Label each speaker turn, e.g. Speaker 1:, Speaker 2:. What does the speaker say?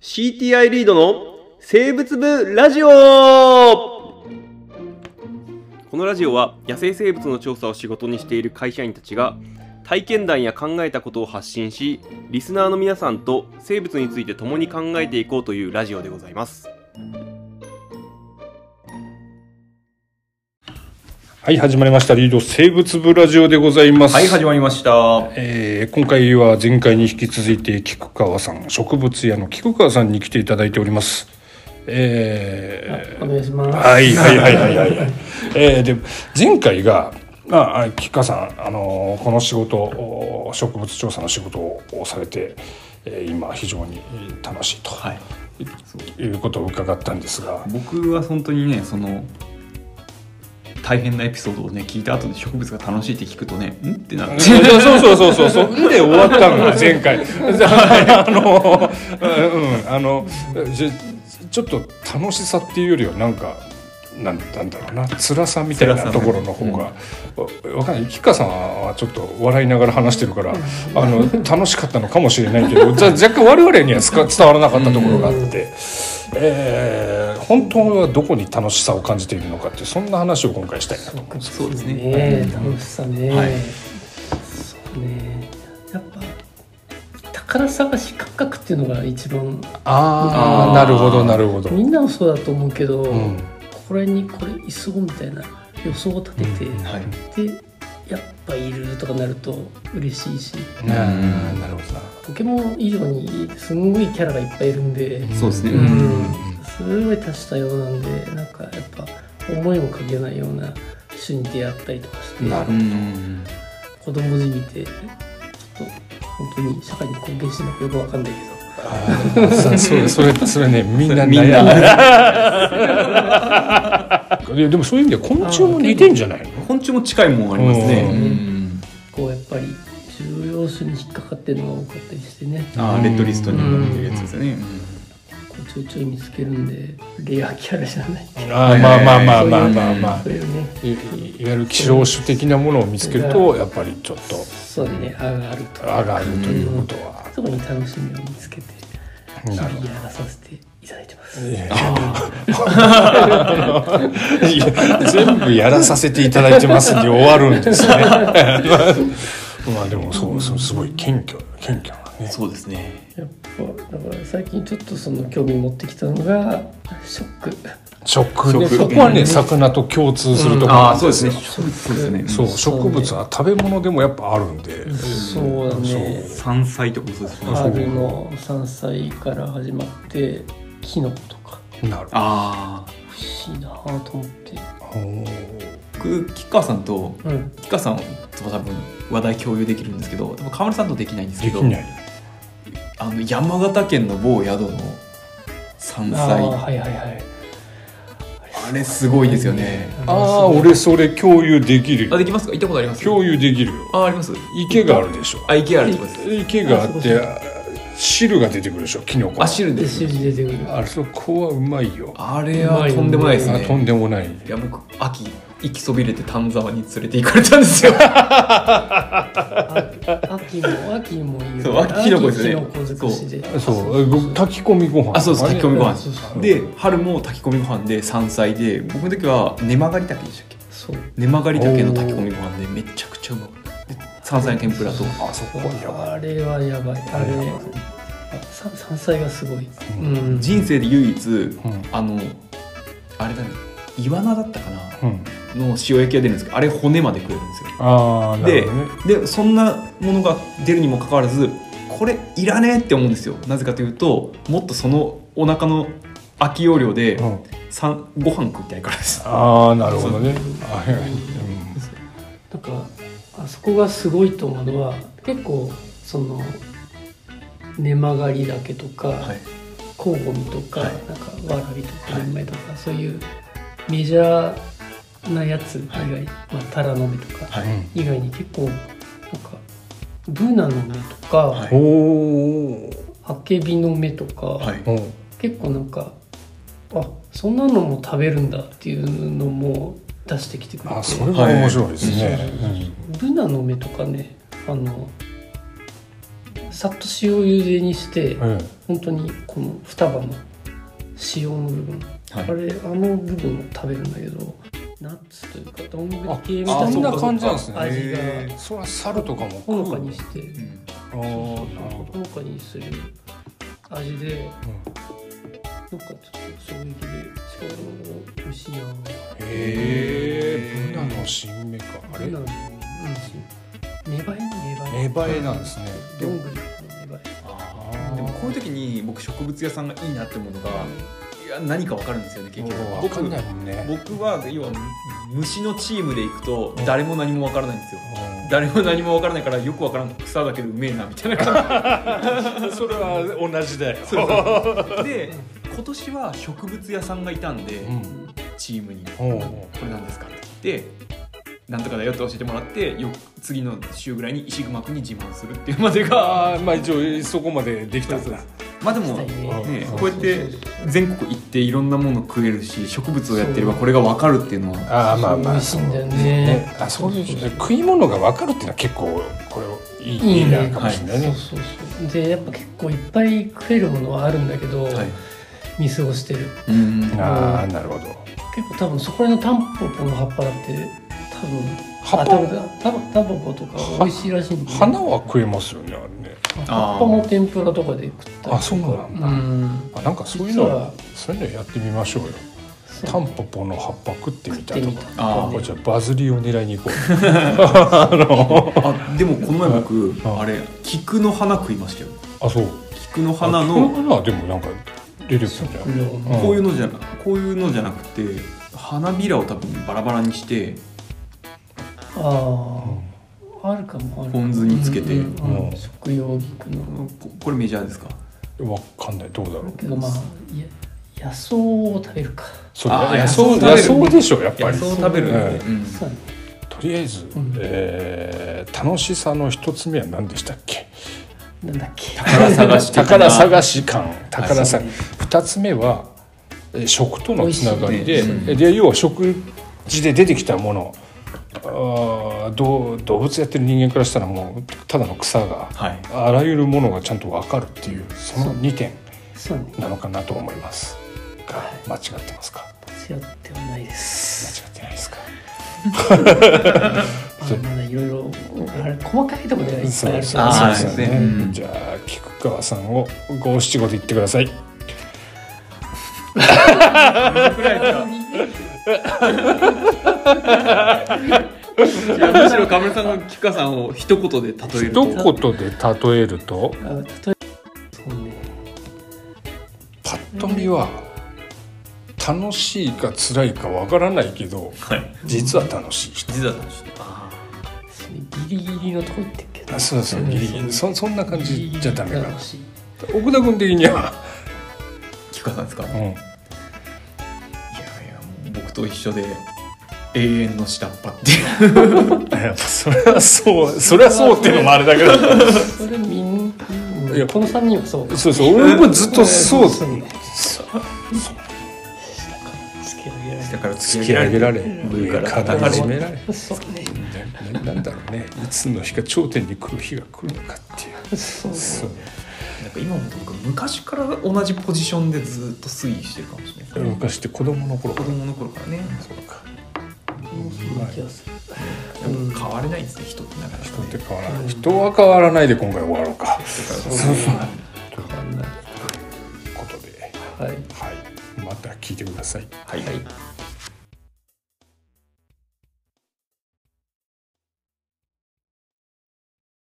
Speaker 1: CTI リードの生物部ラジオこのラジオは野生生物の調査を仕事にしている会社員たちが体験談や考えたことを発信しリスナーの皆さんと生物について共に考えていこうというラジオでございます
Speaker 2: はい、始まりました。リード生物部ラジオでございます。
Speaker 1: はい始まりましたは
Speaker 2: えー今回は前回に引き続いて菊川さん、植物屋の菊川さんに来ていただいております。え
Speaker 3: お願いしま
Speaker 2: ー、
Speaker 3: す。
Speaker 2: はいはいはいはいはいはい。えー、で、前回が、ああ菊川さん、あのーこの仕事を、植物調査の仕事をされて、えー今非常に楽しいと。
Speaker 4: いそう
Speaker 2: いうことを伺ったんですが、
Speaker 4: 僕は本当にねその大変なエピソードをね聞いた後で植物が楽しいって聞くとねんってなって
Speaker 2: そうそうそうそうそう。で終わったのが前回。あの、うん、あの、じゃちょっと楽しさっていうよりは、なんか。なんなんだろうな辛さみたい
Speaker 4: 辛
Speaker 2: な
Speaker 4: さ
Speaker 2: ところの方が、わわかんない吉川さんはちょっと笑いながら話してるからあの楽しかったのかもしれないけどざ若干我々にはつか伝わらなかったところがあって、えー本当はどこに楽しさを感じているのかってそんな話を今回したいなと。
Speaker 4: そうですね
Speaker 3: ね楽しさね。
Speaker 4: はい
Speaker 3: そうね。やっぱ宝探し感覚っていうのが一番
Speaker 2: あ
Speaker 4: ー
Speaker 2: なるほどなるほど。
Speaker 3: みんなもそうだと思うけど、
Speaker 2: うん
Speaker 3: これにこれいそうみたいな予想を立てて、
Speaker 2: うん
Speaker 4: はい
Speaker 3: でやっぱいるとかなると嬉しいし。
Speaker 2: うんなるほどな
Speaker 3: ポケモン以上にすんごいキャラがいっぱいいるんで、
Speaker 4: そうですね
Speaker 3: う
Speaker 4: うんん
Speaker 3: すごい多種多様なんでなんかやっぱ思いもかけないような種に出会ったりとかして
Speaker 2: なる
Speaker 4: うん
Speaker 3: 子供じみてちょっと本当に社会に貢献してるのかよくわかんないけど
Speaker 2: あー それそれそれねみんな
Speaker 4: みんな
Speaker 2: 悩むいやでもそういう意味では昆虫も似てんじゃないの
Speaker 4: 昆虫も近いもんありますね
Speaker 2: うん
Speaker 4: うん
Speaker 3: こうやっぱり重要種に引っかかってるのが多かったりしてね
Speaker 4: あーレッドリストになってるやつですよね
Speaker 3: こうちょいちょい見つけるんでレアキャラじゃない
Speaker 2: あーまあまあまあまあまあまあ
Speaker 3: そういうね
Speaker 2: いいわゆる希少種的なものを見つけるとやっぱりちょっと
Speaker 3: そうねあがあると
Speaker 2: 上がるということは、
Speaker 3: そこに楽しみを見つけて日
Speaker 2: なるほ
Speaker 3: 々やらさせていただいてます
Speaker 2: どいやいや全部やらさせていただいてますんで終わるん ですねまあでもそうそうすごい謙虚謙虚なね
Speaker 4: そうですね
Speaker 3: やっぱだから最近ちょっとその興味持ってきたのがショック
Speaker 2: 食ね
Speaker 4: 食
Speaker 2: そこはね魚と共通するところ
Speaker 4: あ
Speaker 2: な
Speaker 4: あ
Speaker 2: ん
Speaker 4: そう
Speaker 2: で
Speaker 4: ですす
Speaker 2: よ
Speaker 4: ね植物そうですね
Speaker 2: そうう植物は食べ物でもやっぱあるんで
Speaker 3: そうだね
Speaker 4: ん山菜とかもそうですね
Speaker 3: 春の山菜から始まってキノコとか
Speaker 2: なる
Speaker 4: ああ
Speaker 3: 不思議だなと思って、
Speaker 2: ほど
Speaker 4: 僕吉川さんと
Speaker 3: うん、
Speaker 4: 吉川さんと多分話題共有できるんですけど多分河村さんとできないんですけ
Speaker 2: で
Speaker 4: ど
Speaker 2: きない
Speaker 4: あの山形県の某宿の山
Speaker 3: あ
Speaker 4: 菜
Speaker 3: あはいはいはい
Speaker 4: あれすごいですよね
Speaker 2: ああ俺それ共有できる
Speaker 4: あ
Speaker 2: よ
Speaker 4: できますか行ったことあります
Speaker 2: 共有できるよ
Speaker 4: ああります
Speaker 2: 池があるでしょ
Speaker 4: あ池あるとこです
Speaker 2: 池があっ
Speaker 3: あ
Speaker 2: て
Speaker 3: そ
Speaker 2: あ汁が出てくるでしょキノコ
Speaker 4: あ汁
Speaker 3: で
Speaker 4: です
Speaker 3: 汁出てくる
Speaker 2: あそこはうまいよ
Speaker 4: あれはとんでもないです
Speaker 2: あとん
Speaker 4: ね
Speaker 2: でもない
Speaker 4: いや僕秋行きそびれて丹沢に連れて行かれたんですよ
Speaker 3: 秋も 秋もいいよね
Speaker 4: そう秋キノコですね
Speaker 3: 秋キノコ尽くしで
Speaker 2: そう僕炊き込みご飯
Speaker 4: あそうです
Speaker 2: れ
Speaker 4: 炊き込みご飯
Speaker 3: そうそう
Speaker 4: で春も炊き込みご飯で山菜で僕の時は根曲がり竹でしたっけ
Speaker 3: そう
Speaker 4: 根曲がり竹の炊き込みご飯でめちゃくちゃうまかったで山菜の天ぷらと
Speaker 2: あそこはやばい
Speaker 3: あれはやばいあれあさ山菜がすごい、うん、
Speaker 4: 人生で唯一、
Speaker 2: ん
Speaker 4: あのあれだねイワナだったかな
Speaker 2: うん
Speaker 4: の塩焼きが出るんですけどあれ骨まで食えるんですよ
Speaker 2: ああなるほどね
Speaker 4: ででそんなものが出るにもかかわらずこれいらねえって思うんですよなぜかというともっとそのお腹の空き容量で、
Speaker 2: うん
Speaker 4: さんご飯食いたいか らです
Speaker 2: ああなるほどねあはいはい
Speaker 3: なんかあそこがすごいと思うのは結構その根曲がりだけとか、
Speaker 4: はい
Speaker 3: コウゴミとか、
Speaker 4: はい
Speaker 3: なんかわらびとかメンマイとか、そういうメジャーなやつ以外、
Speaker 4: は
Speaker 3: まあ、タラの芽とか
Speaker 4: はい、
Speaker 3: 以外に結構なんかブナの芽とか、
Speaker 4: はい
Speaker 2: うんおー
Speaker 3: ハケビの芽とか、
Speaker 4: はい
Speaker 2: お
Speaker 3: 結構なんかあそんなのも食べるんだっていうのも出してきてくれて
Speaker 2: あそれは面白いですね、
Speaker 3: ブナの芽とかねあのさっと塩茹でにして
Speaker 2: え
Speaker 3: 本当にこの双葉の塩の部分、
Speaker 4: はい
Speaker 3: あれあの部分を食べるんだけどナッツというかどんぶり系み
Speaker 2: あ
Speaker 3: た
Speaker 2: そ
Speaker 3: い
Speaker 2: ん
Speaker 3: な
Speaker 2: な感じなんですね
Speaker 3: 味が
Speaker 4: へ
Speaker 2: それは猿とかも
Speaker 3: ほのか
Speaker 2: う
Speaker 3: にして
Speaker 4: うん
Speaker 2: あーなるほ
Speaker 3: ほのかにする味でなんか
Speaker 2: ど、うん
Speaker 3: ちょっと衝撃でしかも美味しいやん
Speaker 2: へえブナの新芽かあれ
Speaker 3: なんでうん芽生え芽生え
Speaker 2: 芽生えなんですね
Speaker 3: どんぐりの芽生
Speaker 4: でもこういう時に僕植物屋さんがいいなって思うのがいや何か分かるんですよね結局
Speaker 2: 分か
Speaker 4: 僕
Speaker 2: んないもんね
Speaker 4: 僕は要は虫のチームで行くと誰も何も分からないんですよ
Speaker 2: うん
Speaker 4: 誰も何も分からないからよく分からん草だけどうめえなみたいな感
Speaker 2: それは同じだよ
Speaker 4: じで今年は植物屋さんがいたんで
Speaker 2: うん
Speaker 4: チームに「こ
Speaker 2: おうおう
Speaker 4: れ何ですか?」って言って。なんとかだよって教えてもらってよ次の週ぐらいに石熊君に自慢するっていうまで が
Speaker 2: ああまあ一応そこまでできたんだ
Speaker 4: まあで
Speaker 3: え
Speaker 4: も
Speaker 3: したいね
Speaker 2: うん
Speaker 4: ね
Speaker 2: うん、
Speaker 4: こうやって全国行っていろんなもの食えるし植物をやってればこれが分かるっていうのは
Speaker 2: ああ
Speaker 3: 美味しいんだよね
Speaker 2: あそういう食い物が分かるっていうのは結構これいいいいなかもしれないね、
Speaker 3: そうそうでやっぱ結構いっぱい食えるものはあるんだけど、
Speaker 4: はい
Speaker 3: 見過ごしてる
Speaker 4: うん
Speaker 2: ああなるほど
Speaker 3: 結構多分そこら辺のタンポポの葉っぱだって多分
Speaker 2: 葉っ
Speaker 3: あ
Speaker 2: ぱ
Speaker 3: 食べたタンタンポポとか美味しいらしいんで
Speaker 2: 花は食えますよねあれね
Speaker 3: 葉っぱも天ぷらとかで食ったりとか
Speaker 2: あそうなんだ
Speaker 3: うん
Speaker 2: あなんかそういう
Speaker 3: 実
Speaker 2: の
Speaker 3: は
Speaker 2: そういうのやってみましょうよ
Speaker 3: そう
Speaker 2: タンポポの葉っぱ食ってみ
Speaker 3: 食ったて
Speaker 2: と
Speaker 3: み
Speaker 2: か
Speaker 3: たと
Speaker 4: あ
Speaker 3: か
Speaker 4: ー
Speaker 2: これ
Speaker 3: ね
Speaker 2: じゃあバズりを狙いに行こうあの
Speaker 4: あでもこの前僕
Speaker 2: うん
Speaker 4: あれ菊の花食いましたよ
Speaker 2: あそう
Speaker 4: 菊の花
Speaker 2: この
Speaker 4: の
Speaker 2: 花はでもなんか出てくるんじゃ
Speaker 3: 食
Speaker 2: ん
Speaker 3: 料
Speaker 2: うん
Speaker 4: こういうのじゃなこういうのじゃなくて花びらを多分バラバラにして
Speaker 3: あああるかもある
Speaker 4: ポン酢につけて
Speaker 3: うんうんうん
Speaker 2: うん
Speaker 3: 食用菊の
Speaker 4: ここれメジャーですか
Speaker 2: わかんないどうだろう
Speaker 3: けどまあいや野草を食べるか
Speaker 2: そう
Speaker 4: あ
Speaker 2: 野草
Speaker 4: 野草食べる
Speaker 2: 野草でしょやっぱ
Speaker 4: 野
Speaker 2: り
Speaker 4: 草を食べるんで、
Speaker 2: はい
Speaker 4: うん
Speaker 3: そうだね
Speaker 2: とりあえず、
Speaker 3: ん
Speaker 2: えー楽しさの一つ目は何でしたっけ
Speaker 3: なんだっ け
Speaker 4: 宝探し的な
Speaker 2: 宝探し感宝
Speaker 4: そ
Speaker 2: 探二つ目はえー食とのつながりで,、
Speaker 4: 美味しいね
Speaker 2: えで要は食事で出てきたものあーどう動物やってる人間からしたらもうただの草が
Speaker 4: はい
Speaker 2: あらゆるものがちゃんと分かるっていうその2点
Speaker 3: そうだね
Speaker 2: なのかなと思いますが間違ってますか
Speaker 3: 間違ってはないです
Speaker 2: 間違ってないですか
Speaker 3: ま
Speaker 2: そう
Speaker 3: あまだいろいろあれ細かいところではいっぱいある
Speaker 2: そうです
Speaker 3: から
Speaker 4: あー
Speaker 2: そうで
Speaker 4: はい
Speaker 2: すよね、
Speaker 4: うん
Speaker 2: じゃあ菊川さんを五七五で言ってください
Speaker 4: ぐらいですかいやむしろカメラさんが菊川さんを一言で例える
Speaker 2: 一言
Speaker 4: と
Speaker 2: で例えると
Speaker 3: あ例えばそうね
Speaker 2: パッと見は楽しいか辛いかわからないけど
Speaker 4: はい
Speaker 2: 実は楽しい人
Speaker 4: 実は楽しいあ
Speaker 3: それギリギリのとこ行ってっけど
Speaker 2: あそうそうギリギリそそんな感
Speaker 3: ギリギ
Speaker 2: じ
Speaker 3: リ
Speaker 2: じゃダメかな
Speaker 3: 楽しい
Speaker 2: 奥田君的には、
Speaker 4: ー菊川さんですか、
Speaker 2: うん、
Speaker 4: いやいやもう僕と一緒で永遠の下っ端っていう
Speaker 2: やっぱそれはそうそれはそうっていうのもあれだけど
Speaker 3: それみんうん
Speaker 2: いや
Speaker 3: この三人はそう
Speaker 2: そうそう俺もずっとそう
Speaker 3: そうね付き合い
Speaker 4: 下から
Speaker 2: 突き上げられ
Speaker 4: 上
Speaker 2: 上か
Speaker 4: か
Speaker 2: らら
Speaker 4: 叩
Speaker 2: 始
Speaker 4: か
Speaker 2: め
Speaker 4: れ
Speaker 2: られ
Speaker 3: そうね
Speaker 2: なななんだろうねいつの日か頂点に来る日が来るのかっていう
Speaker 3: そうね
Speaker 2: そう
Speaker 4: なんか今も僕昔から同じポジションでずっと推移してるかもしれない、
Speaker 2: 昔って子供の頃か
Speaker 4: 子
Speaker 2: ら
Speaker 4: 供の頃からね
Speaker 2: そうか
Speaker 3: そうな気がする
Speaker 4: やっぱ変われないんですね人ってなかな
Speaker 2: 人
Speaker 4: か
Speaker 2: って
Speaker 4: ね
Speaker 2: 変わらない人は変わらないで今回終わろうか
Speaker 4: そう
Speaker 2: そうそう
Speaker 3: 変わんない
Speaker 2: ことで
Speaker 3: はい
Speaker 2: はいまた聞いてください
Speaker 4: はい